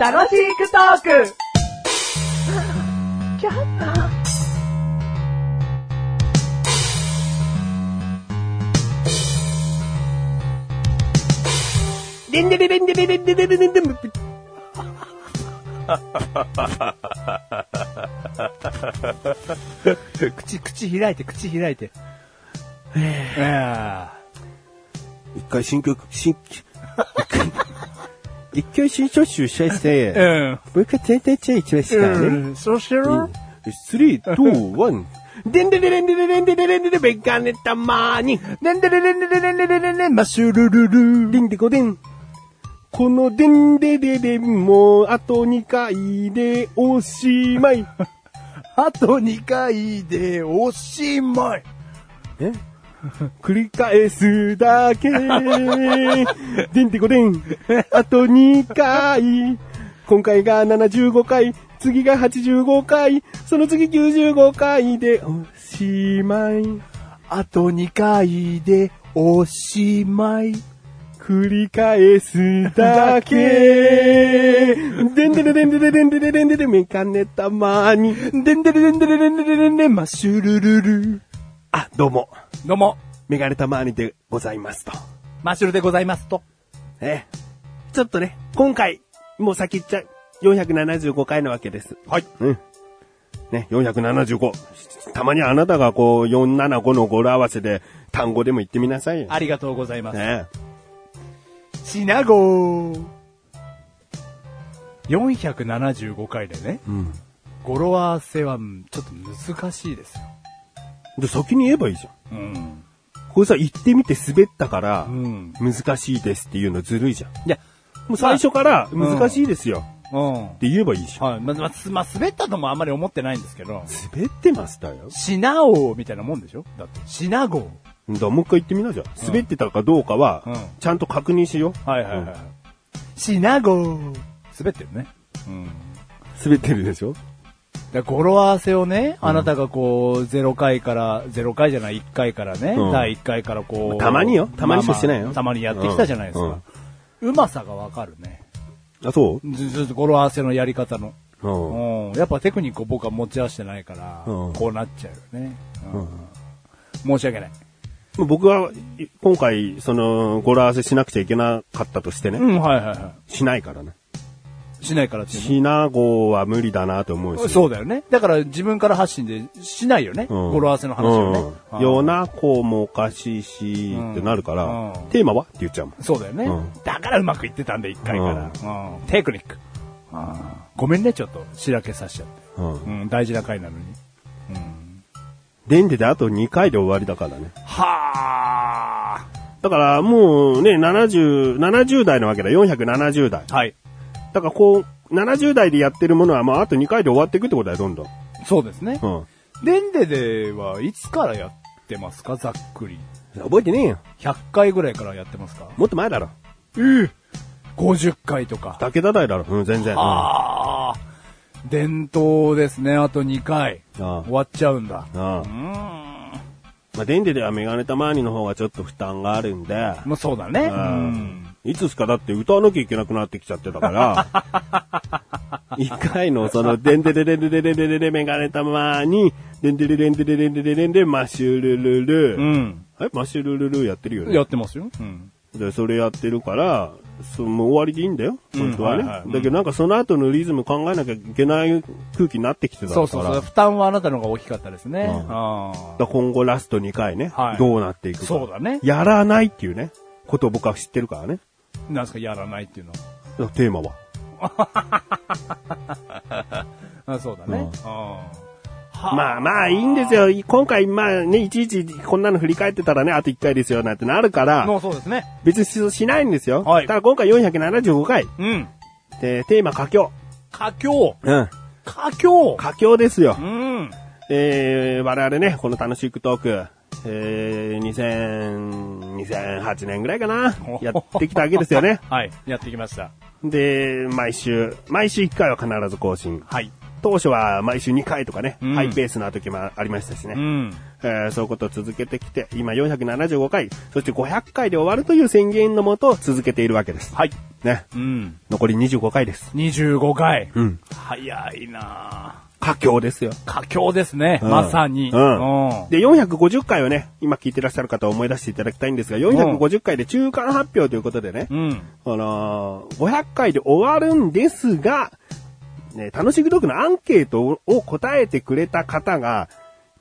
楽しくトークでんでべべんでべべんでべべべんでべべ口、口開いて、口開いて。え一回新曲、新、一回新聴取しちゃいして、えうん。もう一回点々ちゃいきますからね。うん。そうしろ。スリー、トー、ワン。でんでれれんでれれんでれれんでれべがねたまーに。ねんでれれんでれれんでれれんでん、マッシュルルルでんでこでん。このでんでででん、もうあと2回でおしまい。あと2回でおしまい。え繰り返すだけ。でんてこでん。あと2回。今回が75回。次が85回。その次95回でおしまい。あと2回でおしまい。繰り返すだけ。でんでれでんでれでんでれでんでれめかねたまに。でんでれでんでれでんでれでんでん、マッシュルルル。あ、どうも。どうも、メガネたまにでございますと。マッシュルでございますと。ええ。ちょっとね、今回、もう先言っちゃう。475回なわけです。はい。うん。ね、475。たまにあなたがこう、475の語呂合わせで単語でも言ってみなさいよ。ありがとうございます。ねシナゴー。475回でね、うん。語呂合わせはちょっと難しいですよ。で、先に言えばいいじゃん。うん。これさ、言ってみて滑ったからう、ん。難しいですっていうのずるいじゃん。いや、もう最初から、難しいですようん。って言えばいいじゃん。はい。ま、ま、すま、滑ったともあんまり思ってないんですけど、滑ってましたよ。シナ王みたいなもんでしょだって。シナゴだからもう一回言ってみなじゃん。滑ってたかどうかはうん、ちゃんと確認しよう。ー。はいはいはい。シナゴー。滑ってるね。うん。滑ってるでしょだから語呂合わせをね、あなたがこう、0回から、0回じゃない、1回からね、うん第1回からこう。たまによたまにしかしてないよまあまあたまにやってきたじゃないですうんか。うまさがわかるね。あ、そうずずっと語呂合わせのやり方の。うん。うん。やっぱテクニックを僕は持ち合わせてないから、うんこうなっちゃうよね。うん。申し訳ない。僕は、い今回、その、語呂合わせしなくちゃいけなかったとしてね。うん、はいはいはしないからね。い。しないからっていうのひなごは無理だなと思うし。そうだよね。だから自分から発信でしないよね。うん語呂合わせの話をね。うあんーよなこもおかしいし、ってなるから、うんテーマはって言っちゃうもん。そうだよね、うんだからうまくいってたんで、一回から、うんテクニック。あーごめんね、ちょっと、しらけさせちゃって。うんうん、大事な回なのに。うん、でんでであと2回で終わりだからね。はあ。だからもうね、70、70代なわけだ。470代。はい。だからこう、70代でやってるものはまああと2回で終わっていくってことだよ、どんどん。そうですねう。ん。でんでではいつからやってますか、ざっくり。覚えてねえよ。 100回ぐらいからやってますかもっと前だろ。ええ。50回とか。武田代だろ。うん、全然。うんああ。伝統ですね、あと2回。ああ終わっちゃうんだ。ああうーん。まあ、デンデではメガネたまーにの方がちょっと負担があるんで、まあそうだね。ううんん。いつしかだって歌わなきゃいけなくなってきちゃってたから、 一回のその、デンデレレレレレレレレメガネたまーに、デンデレレンデレレレレレレマッシュルルル、うん。はい、マッシュルルルやってるよやね。ってますよ。うん。で、それやってるから、そもう終わりでいいんだよ、うん本当ははね、いはいうんだけどなんかその後のリズム考えなきゃいけない空気になってきてたから。そうそうそう。だか負担はあなたの方が大きかったですね。うんああら今後ラスト2回ね、はいどうなっていくか。そうだね。やらないっていうね、ことを僕は知ってるからね。なんすか、やらないっていうのテーマは。は。あそうだね。ううんんはあまあまあいいんですよ。今回まあね、いちいちこんなの振り返ってたらね、あと1回ですよなんてなるから、もうそうですね。別にししないんですよ。はいただ今回475回、うん。でテーマ佳境。佳境。うん。佳境。佳境ですよう。ん。えー、我々ね、この楽しくトーク、えー、2000、2008年ぐらいかなお、やってきたわけですよね。はい。やってきました。で、毎週、毎週1回は必ず更新。はい。当初は毎週2回とかね、うんハイペースな時もありましたしね。うん。えーそういうことを続けてきて、今475回、そして500回で終わるという宣言のもと続けているわけです。はい。ね。うん。残り25回です。 25回。うん。早いな佳境ですよ。ぁ佳境ですね。うんまさに。うんうんで、450回はね、今聞いてらっしゃる方を思い出していただきたいんですが、450回で中間発表ということでね、うん。あのー500回で終わるんですが、ね、楽しくドッグのアンケートを答えてくれた方が、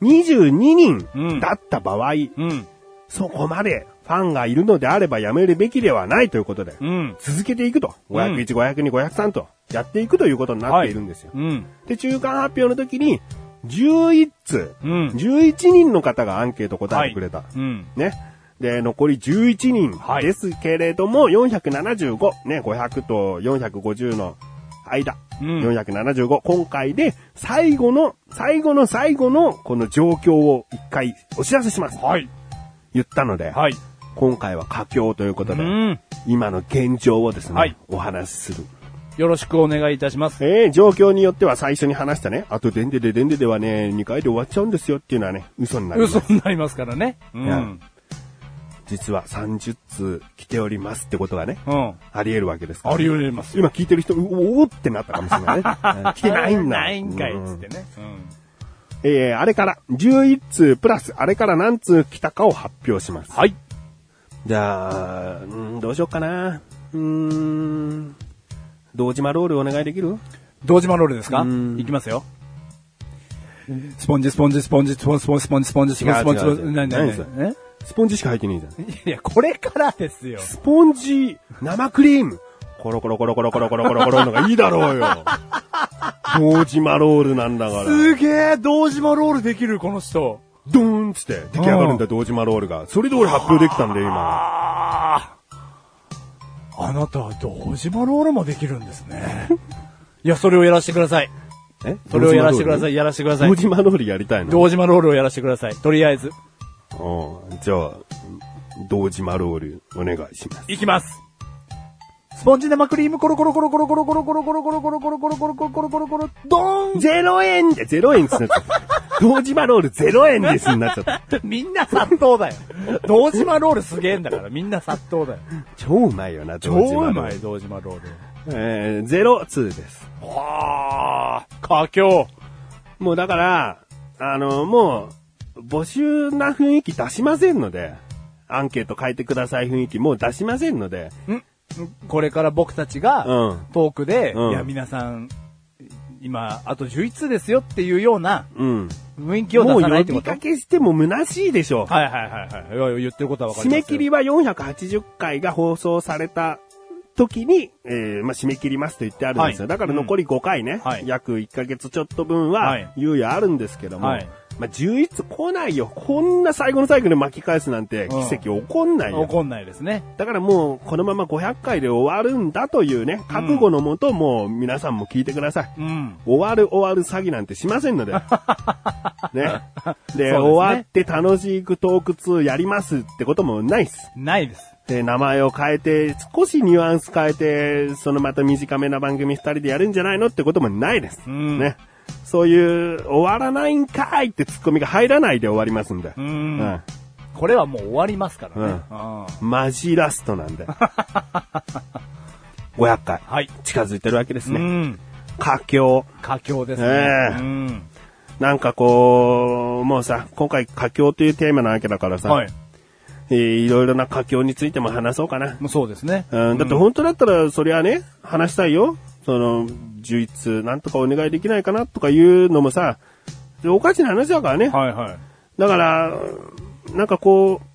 22う人んだった場合、うん。そこまでファンがいるのであればやめるべきではないということで、うん。続けていくと。うん501、502、503と、やっていくということになっているんですよ。うん。で、中間発表の時に、11通、うん11人の方がアンケート答えてくれた。うん。ね。で、残り11人はいですけれども、475、ね、500と450の間、うん475、今回で最後の、最後の最後のこの状況を一回お知らせします。はい。言ったので、はい。今回は佳境ということうで、ん。今の現状をですね、はいお話しする。よろしくお願いいたします。えー、状況によっては最初に話したね、あとでんでででんでではね、2回で終わっちゃうんですよっていうのはね、嘘になります嘘。になりますからね。ういやん。実は30通来ておりますってことがね、うん。あり得るわけですから。あり得ますよ。今聞いてる人、うおおってなったかもしれないね。 うん来てないんだ。ないんかい、つってうんね。うん。えー、あれから11通プラス、あれから何通来たかを発表します。はい。じゃあ、うんどうしようかな。うーん。堂島ロールお願いできる堂島ロールですかうんいきますよ。スポンジ、スポンジ、スポンジ、スポンジ、スポンジ、スポンジ、スポンジ、スポンジ、スポンジ、スポン違う違う違うジ、何何何それ何スポンジしか入ってねえじゃん。えいや、これからですよ。スポンジ、生クリーム。コロコロコロコロコロコロコロコロのがいいだろう よ。堂島ロールなんだから。すげえ、堂島ロールできる、この人。ドーンっつって出来上がるんだ、堂島ロールが。それで俺発表できたんだよ、今。ああ。あなたは堂島ロールもできるんですね。いや、それをやらせてください。えそれをやらせてください、やらせてください堂。島ロールやりたいの堂島ロールをやらせてください。とりあえず。うんじゃあ、堂島ロールお願いします。いきます。スポンジ生クリームコロコロコロコロコロコロコロコロコロコロコロコロコロコロコロコロコロドーン0円で0円っつっちゃった。 堂島ロール0円ですになっちゃった。みんな殺到だよ。堂島ロールすげえんだから、みんな殺到だよ。超うまいよな、堂 超島ロール。うまい、堂島ロール。えー、0通です。はあ、佳境。もうだから、あの、もう、募集な雰囲気出しませんので、アンケート書いてください雰囲気もう出しませんので、んこれから僕たちが、うんトークで、うんいや、皆さん、今、あと11通ですよっていうようなうん。雰囲気をも出うさない呼ってこびとかけしても虚しいでしょう。はいはいはいはいいや。言ってることはわかり締ますよめ切りは480回が放送された時に、えーまあ、締め切りますと言ってあるんですよ。はいだから残り5回ね、はい約1ヶ月ちょっと分はいは、猶予あるんですけども、はいまあ、11つ来ないよ。こんな最後の最後で巻き返すなんてうん奇跡起こんないよ。怒んないですね。だからもう、このまま500回で終わるんだというね、覚悟のもと、もう皆さんも聞いてください。うん。終わる終わる詐欺なんてしませ んので。ね。で、ね終わって楽しくトーク2やりますってこともないっす。ないです。で、名前を変えて、少しニュアンス変えて、そのまた短めな番組二人でやるんじゃないのってこともないです。うんね。そういう、終わらないんかいってツッコミが入らないで終わりますんで。うんうんこれはもう終わりますからね。うんマジラストな んで。500回。はい。近づいてるわけですうね。ん。佳境。佳境ですね。ええうん。なんかこう、もうさ、今回佳境というテーマなわけだからさ、はい。えーいろいろな佳境についても話そうかな。もうそうですね。うん、だって本当だったら、そりゃね、話したいよ。その、11通、なんとかお願いできないかなとかいうのもさ、おかしな話だからね。はいはい。だから、なんかこう、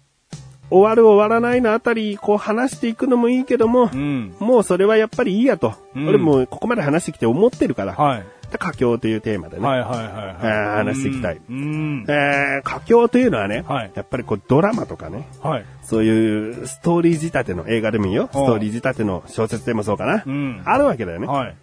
終わる終わらないのあたり、こう話していくのもいいけども、うん。もうそれはやっぱりいいやと。うん俺もうここまで話してきて思ってるから。はい。で佳境というテーマでね。はいはいはいえーはい。話していきたいうん。うんえー、佳境というのはね、はいやっぱりこうドラマとかね、はい。そういうストーリー仕立ての映画でもいいよ。スうんトーリー仕立ての小説でもそうかな。うんあるわけだよね。はい。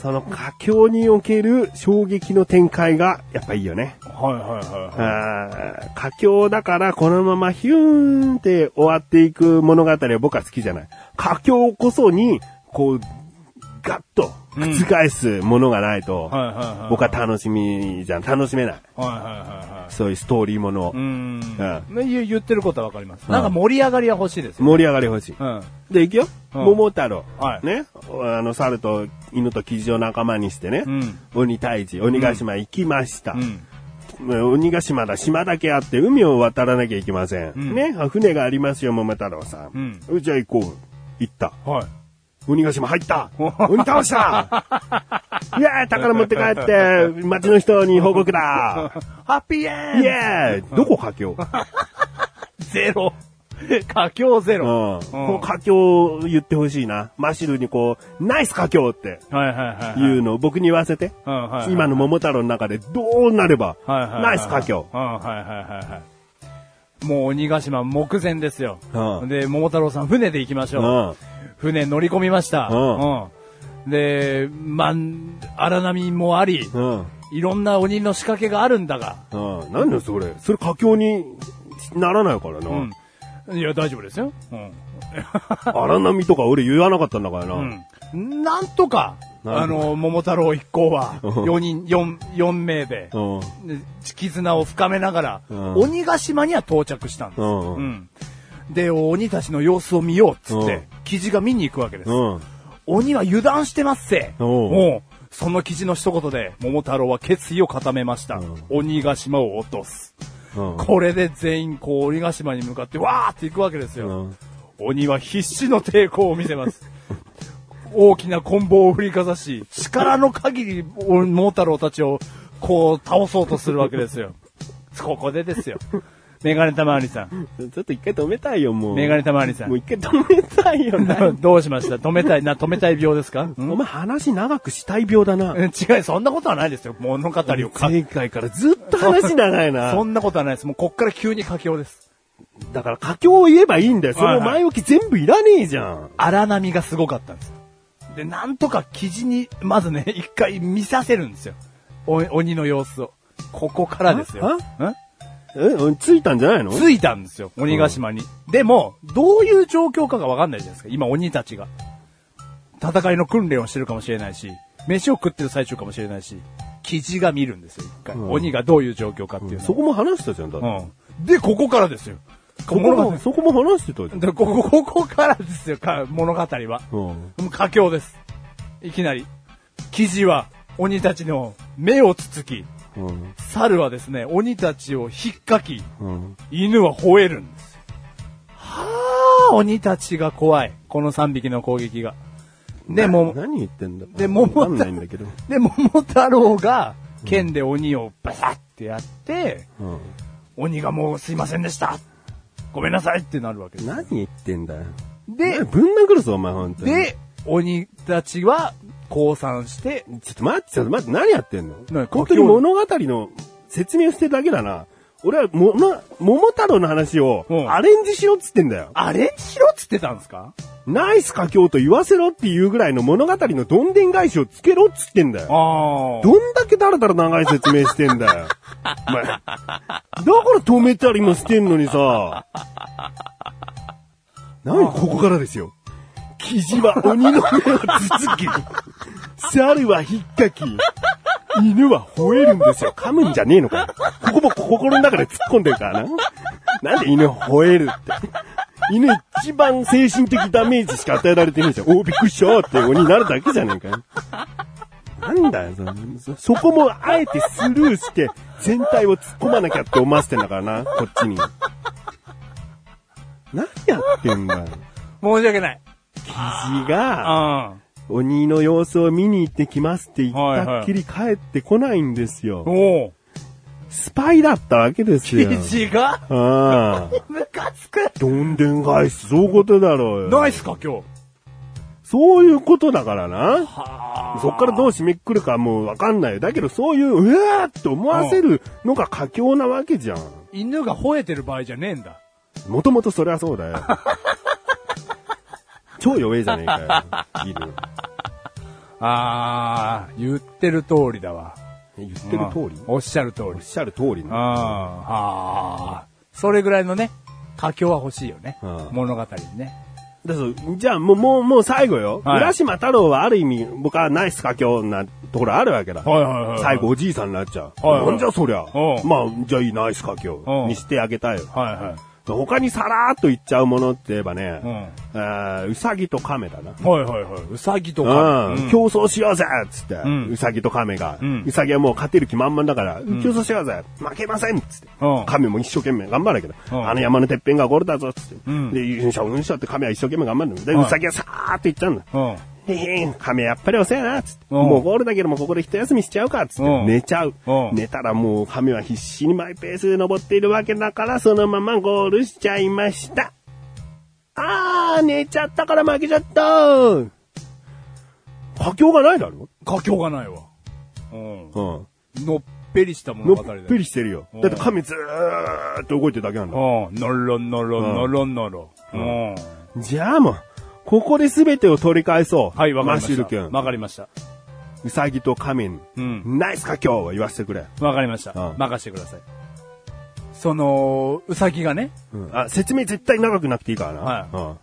その佳境における衝撃の展開がやっぱいいよね。はいはいはあー佳境だからこのままヒューンって終わっていく物語は僕は好きじゃない。佳境こそに、こう、ガッと覆すものがないとはいはいはい、僕は楽しみじゃん。楽しめない。はいはいはいはい。そういうストーリーものう。んう言う言ってることはわかります。なんか盛り上がりは欲しいですよ。盛り上がり欲しい。うん。で、行くよ。うん桃太郎。はいね。あの、猿と犬とキジを仲間にしてね。うん鬼退治、鬼ヶ島行きました。うん。鬼ヶ島だ、島だけあって海を渡らなきゃいけません。うんね。あ船がありますよ、桃太郎さん。じゃあ行こう。行った。はい。鬼ヶ島入った鬼倒した イエーイ宝持って帰って、町の人に報 告だハッピーイエンドエーイどこ佳境ゼロ。佳境ゼうん。ロ。この佳境言ってほしいな。マシルにこう、ナイス佳境ってはいはいはいはい。いうのを僕に言わせて。うんはいはい今の桃太郎の中でどうなれば、はいはいはいはい。ナイス佳境。うん、はいはいはいはい。もう鬼ヶ島目前ですよ。うんで、桃太郎さん船で行きましょう。船乗り込みました。うんうんで、まん、荒波もあり、うん。うん。いろんな鬼の仕掛けがあるんだが、うん。なんだよそれ。それ佳境にならないからな。うん。いや、大丈夫ですよ。うん。荒波とか俺言わなかったんだからな。うん。なんとか、なあんとの、桃太郎一行は、うん4人、4、4名で、うん。で絆を深めながら、うん鬼ヶ島には到着したんですよ、うんうんで、鬼たちの様子を見ようっつっうんて、記事が見に行くわけです。うん。鬼は油断してますせ。おうもう、その記事の一言で、桃太郎は決意を固めました。ん鬼ヶ島を落とす。うん。これで全員、こう、鬼ヶ島に向かって、わーって行くわけですよ。うん鬼は必死の抵抗を見せます。大きな棍棒を振りかざし、力の限り、お桃太郎たちを、こう、倒そうとするわけですよ。ここでですよ。メガネたまわりさん。ちょっと一回止めたいよ、もう。メガネたまわりさ。もうん一回止めた いよな。どうしました止めたいな、止めたい病ですかんお前話長くしたい病だな。うん違う、そんなことはないですよ。物語をか。前回からずっと話長い なそ。んなことはないです。もうこっから急に佳境です。だから佳境を言えばいいんだよ。そはいのはい前置き全部いらねえじゃん。荒波がすごかったんです。で、なんとか記事に、まずね、 一回見させるんですよ。お鬼の様子を。ここからですよ。んえ着いたんじゃないの着いたんですよ、鬼ヶ島に。でも、どういう状況かがわかんないじゃないですか、今鬼たちが。戦いの訓練をしてるかもしれないし、飯を食ってる最中かもしれないし、記事が見るんですよ、一回。うん鬼がどういう状況かっていうのをそこも話したじゃん、だって。うん。で、ここからですよ。そこも、そこも話してたじゃん。で ここ、ここからですよ、か物語は。うん。もう佳境です。いきなり。記事は、鬼たちの目をつつき、うん。猿はですね、鬼たちを引っかき、うん。犬は吠えるんですよ。はあ、鬼たちが怖い。この3匹の攻撃が。で、もな何言ってんだで、桃わかん太ないんだけど。で、桃太郎が、剣で鬼をバサッてやって、うん。鬼がもうすいませんでした。ごめんなさいってなるわけです。何言ってんだよ。でな、ぶん殴るぞ、お前、本当に。で、鬼たちは降参して、ちょっと待って、ちょっと待って、何やってんの何本当に物語の説明をしてるだけだな。俺は、も、な、桃太郎の話をうんアレンジしろっつってんだよ。アレンジしろっつってたんですかナイス佳境と言わせろっていうぐらいの物語のどんでん返しをつけろっつってんだよ。あどんだけだらだら長い説明してんだよ。お前。だから止めたりもしてんのにさ。何ここからですよ。キジは鬼の目をつつき、猿は引っかき、犬は吠えるんですよ。噛むんじゃねえのかよ。ここも心の中で突っ込んでるからな。なんで犬吠えるって。犬一番精神的ダメージしか与えられてねえじゃん。おーびっくりしたって鬼になるだけじゃねえかよ。なんだよ、そそこもあえてスルーして全体を突っ込まなきゃって思わせてんだからな、こっちに。何やってんだよ。申し訳ない。キジが、あ鬼の様子を見に行ってきますって言ったっきり帰ってこないんですよ。おう。スパイだったわけですよ。肘がああ。ムカつく。どんでん返し、そういうことだろうよ。ナイスか、今日。そういうことだからな。はそっからどう締めくくるかもうわかんないよ。だけどそういう、うわーって思わせるのが佳境なわけじゃん。犬が吠えてる場合じゃねえんだ。もともとそれはそう だよ。超弱えじゃねえかよ。犬ああ、言ってる通りだわ。言ってる通りおっしゃる通りおっ。しゃる通りあな。あ、ああ。それぐらいのね、佳境は欲しいよねうん。物語にね。だそうじゃあもう、もう、もう最後よ。はい浦島太郎はある意味、僕はナイス佳境なところあるわけだ。はいはいはい。最後。おじいさんになっちゃう。はいはいなんじゃそりゃ。うんまあ、じゃあいいナイス佳境うんにしてあげたいよ。はいは他にさらーっと言っちゃうものって言えばい。うん。ね、はあーうさぎと亀だな。いはいはい。うさぎとか。うん、日。競争しようぜっつって、うんさぎと亀が、うんうさぎはもう勝てる気満々だから、競争しようぜ負けませんっつって、うん亀も一生懸命頑張るわけど、うんあの山のてっぺんがゴールだぞっつって、うんで、うんしょうんしょって亀は一生懸命頑張るの。で、はいうさぎはさーっと行っちゃうんだ。うん。へへん、亀やっぱり遅えなっつって、うんもうゴールだけどもここで一休みしちゃうかっつって、うん寝ちゃう、うん寝たらもう亀は必死にマイペースで登っているわけだから、そのままゴールしちゃいました。あー、寝ちゃったから負けちゃった佳境がないだろ佳境がないわ。うん。うん。のっぺりした物の語だよ。っぺりしてるようん。だって亀ずーっと動いてるだけなんだ。うん。のろのろのろのろ。うん。じゃあもう、ここで全てを取り返そう。はい、わかりましマた。ッシュル君、わかりました。うさぎと亀に、うん。ナイス佳境を言わせてくれ。わかりました。うん任せてください。その、うさぎがね、うんあ、説明絶対長くなくていいからな。はいうん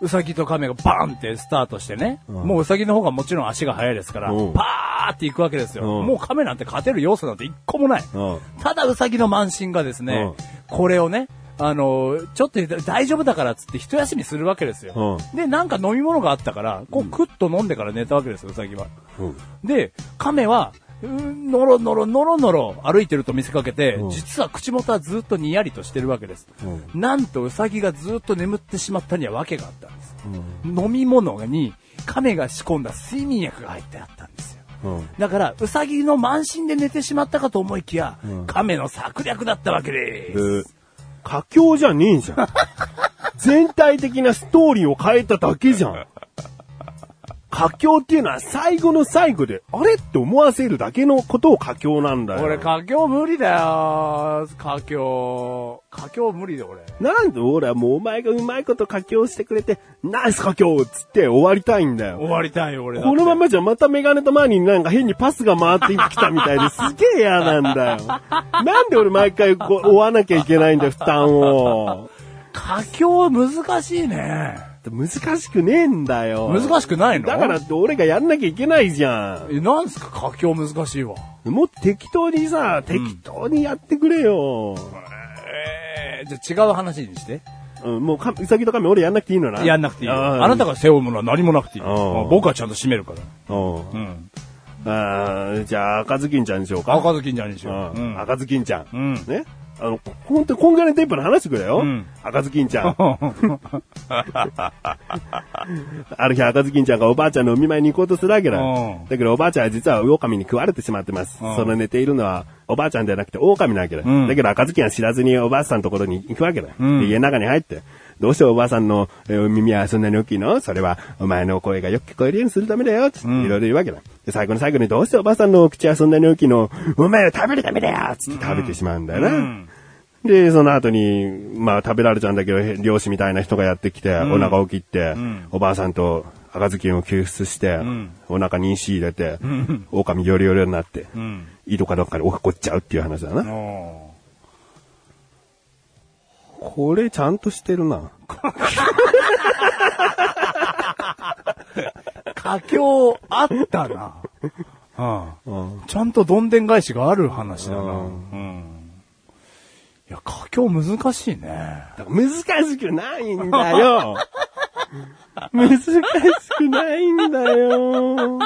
うさぎと亀がバーンってスタートしてね、うんもううさぎの方がもちろん足が速いですから、うんパーって行くわけですよ。うんもう亀なんて勝てる要素なんて一個もない。うんただうさぎの慢心がですね、これをね、あのちょっと大丈夫だからっつって一休みするわけですよ。で、なんか飲み物があったから、こうクッと飲んでから寝たわけですよ、うさぎは。うんで、亀は、うんのろのろのろのろ歩いてると見せかけて、ん実は口元はずっとにやりとしてるわけです。なんとウサギがずっと眠ってしまったには訳があったんです。飲み物に亀が仕込んだ睡眠薬が入ってあったんですよ。うんだから、ウサギの満身で寝てしまったかと思いきや、亀の策略だったわけです。で佳境じゃねえじゃん。 全体的なストーリーを変えただけじゃん。佳境っていうのは最後の最後で、あれって思わせるだけのことを佳境なんだよ。俺、佳境無理だよ。佳境。佳境無理で俺。なんで俺はもうお前がうまいこと佳境してくれて、ナイス佳境っつって終わりたいんだよ。終わりたいよ、俺だって このままじゃまたメガネとマーニーになんか変にパスが回ってきたみたいですげえ嫌なんだよ。なんで俺毎回こう追わなきゃいけないんだよ、負担を。佳境は難しいね。難しくねえんだよ。難しくないのだからって俺がやんなきゃいけないじゃえ、なんすか佳境難しいわ。ん。もっと適当にさ、適当にやってくれよ。えー、じゃあ違う話にして。うん、もうか、うさぎとかめ俺やんなくていいのな。やんなくていいよ。あーあなたが背負うものは何もなくていい。うん僕はちゃんと締めるから。うんうん。あーじゃあ、赤ずきんちゃんにしようか。赤ずきんじゃんにしうよう。うんん。赤ずきんちゃん。うんね。あの、ほんと、こんぐらいのテンポの話してくれうよ。ん赤ずきんち ゃん。ある日赤ずきんちゃんがおばあちゃんのお見舞いに行こうとするわけだ。うんだけどおばあちゃんは実は狼に食われてしまってます。うんその寝ているのはおばあちゃんではなくて狼なわけだ。うんだけど赤ずきんは知らずにおばあさんのところに行くわけだ。うんで家の中に入って。どうしておばあさんのえー耳はそんなに大きいのそれはお前の声がよく聞こえるようにするためだよ。つっていんろいろ言うわけだ。で最後の最後にどうしておばあさんのお口はそんなに大きいのお前は食べるためだよつって食べてしまうんだよな。うんで、その後に、まあ食べられちゃうんだけど、へ漁師みたいな人がやってきて、お腹を切って、んおばあさんと赤ずきんを救出して、んお腹に石入れて、狼ヨレヨレになって、うん。井戸かどっかに落っこっちゃうっていう話だな。うんこれちゃんとしてるな。佳境あった な。うん。ちゃんとどんでん返しがある話だな。うんうん。いや、佳境難しいね。難しくないんだ よ難しくないんだよ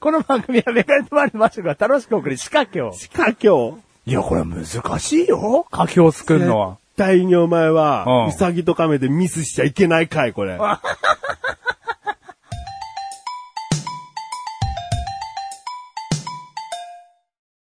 この番組はメガネとマリマシュが楽しく送り、仕掛けを。しか今日。いや、これ難しいよ。佳境作るのは。絶対にお前は、うんうさぎと亀でミスしちゃいけないかい、これ。